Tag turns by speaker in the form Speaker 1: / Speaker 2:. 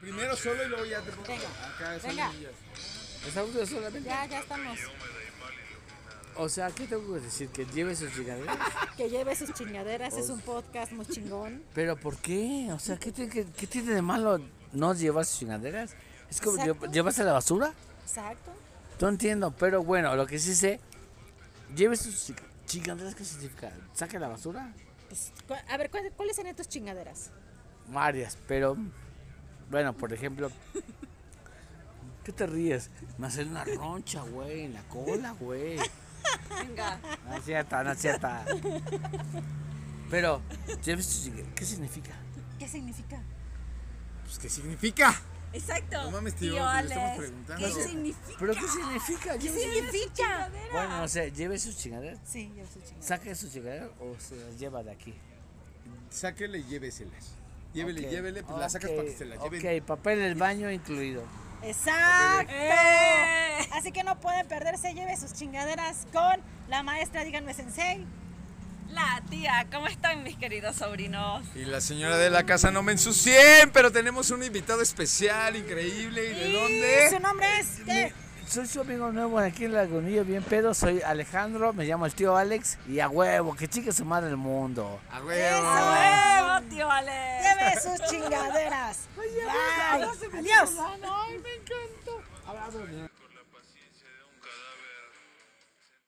Speaker 1: Primero solo y luego ya te pongo
Speaker 2: Venga.
Speaker 1: acá.
Speaker 2: Venga.
Speaker 1: solillas.
Speaker 3: ¿Estamos dos solamente?
Speaker 2: Ya, ya estamos.
Speaker 3: O sea, ¿qué tengo que decir? ¿Que lleve sus chingaderas?
Speaker 2: Que lleve sus chingaderas, es un podcast muy chingón.
Speaker 3: ¿Pero por qué? O sea, ¿qué, tiene- qué- qué tiene de malo no llevar sus chingaderas? ¿Es como
Speaker 2: Exacto.
Speaker 3: lle- llevarse la basura?
Speaker 2: Exacto.
Speaker 3: No entiendo, pero bueno, lo que sí sé, lleve sus chi- chingaderas, ¿qué significa? ¿Saca la basura?
Speaker 2: Pues, cu- a ver, ¿cuál- ¿cuáles serían tus chingaderas?
Speaker 3: Varias, pero bueno, por ejemplo, ¿qué te ríes? Me hacen una roncha, güey, en la cola, güey.
Speaker 4: Venga.
Speaker 3: No es cierta, no es cierta. Pero, lleve sus chingaderas, ¿qué significa?
Speaker 4: ¿Qué significa?
Speaker 1: Pues, ¿qué significa?
Speaker 4: Exacto.
Speaker 1: No mames, tío,
Speaker 4: tío
Speaker 1: le
Speaker 4: Alex.
Speaker 1: estamos preguntando.
Speaker 4: ¿Qué significa?
Speaker 3: ¿Pero qué significa?
Speaker 4: ¿Qué
Speaker 3: Lleve sus-
Speaker 4: significa?
Speaker 3: Bueno, no sé, lleve sus chingaderas.
Speaker 4: Sí, lleva sus chingaderas.
Speaker 3: Saque sus chingaderas o se las lleva de aquí.
Speaker 1: Sáquele y lléveselas. Llévele,
Speaker 3: Ok.
Speaker 1: llévele, pues las sacas
Speaker 3: Ok,
Speaker 1: para que se las lleven.
Speaker 3: Ok, papel del baño incluido.
Speaker 2: Exacto.
Speaker 4: ¡Eh!
Speaker 2: Así que no pueden perderse, lleve sus chingaderas con la maestra, díganme sensei.
Speaker 4: La tía, ¿cómo están mis queridos sobrinos?
Speaker 1: Y la señora de la casa no me ensucien, pero tenemos un invitado especial, increíble. ¿Y de
Speaker 2: Y su
Speaker 1: dónde? Eh,
Speaker 2: nombre es ¿qué?
Speaker 3: Soy su amigo nuevo aquí en Lagunillo, bien pedo. Soy Alejandro, me llamo el tío Alex. Y a huevo, que chique su madre el mundo.
Speaker 1: A
Speaker 2: Eso
Speaker 1: huevo.
Speaker 4: ¡Huevo, tío Alex!
Speaker 2: lleve sus chingaderas. Bye. Adiós.
Speaker 3: Abrazo,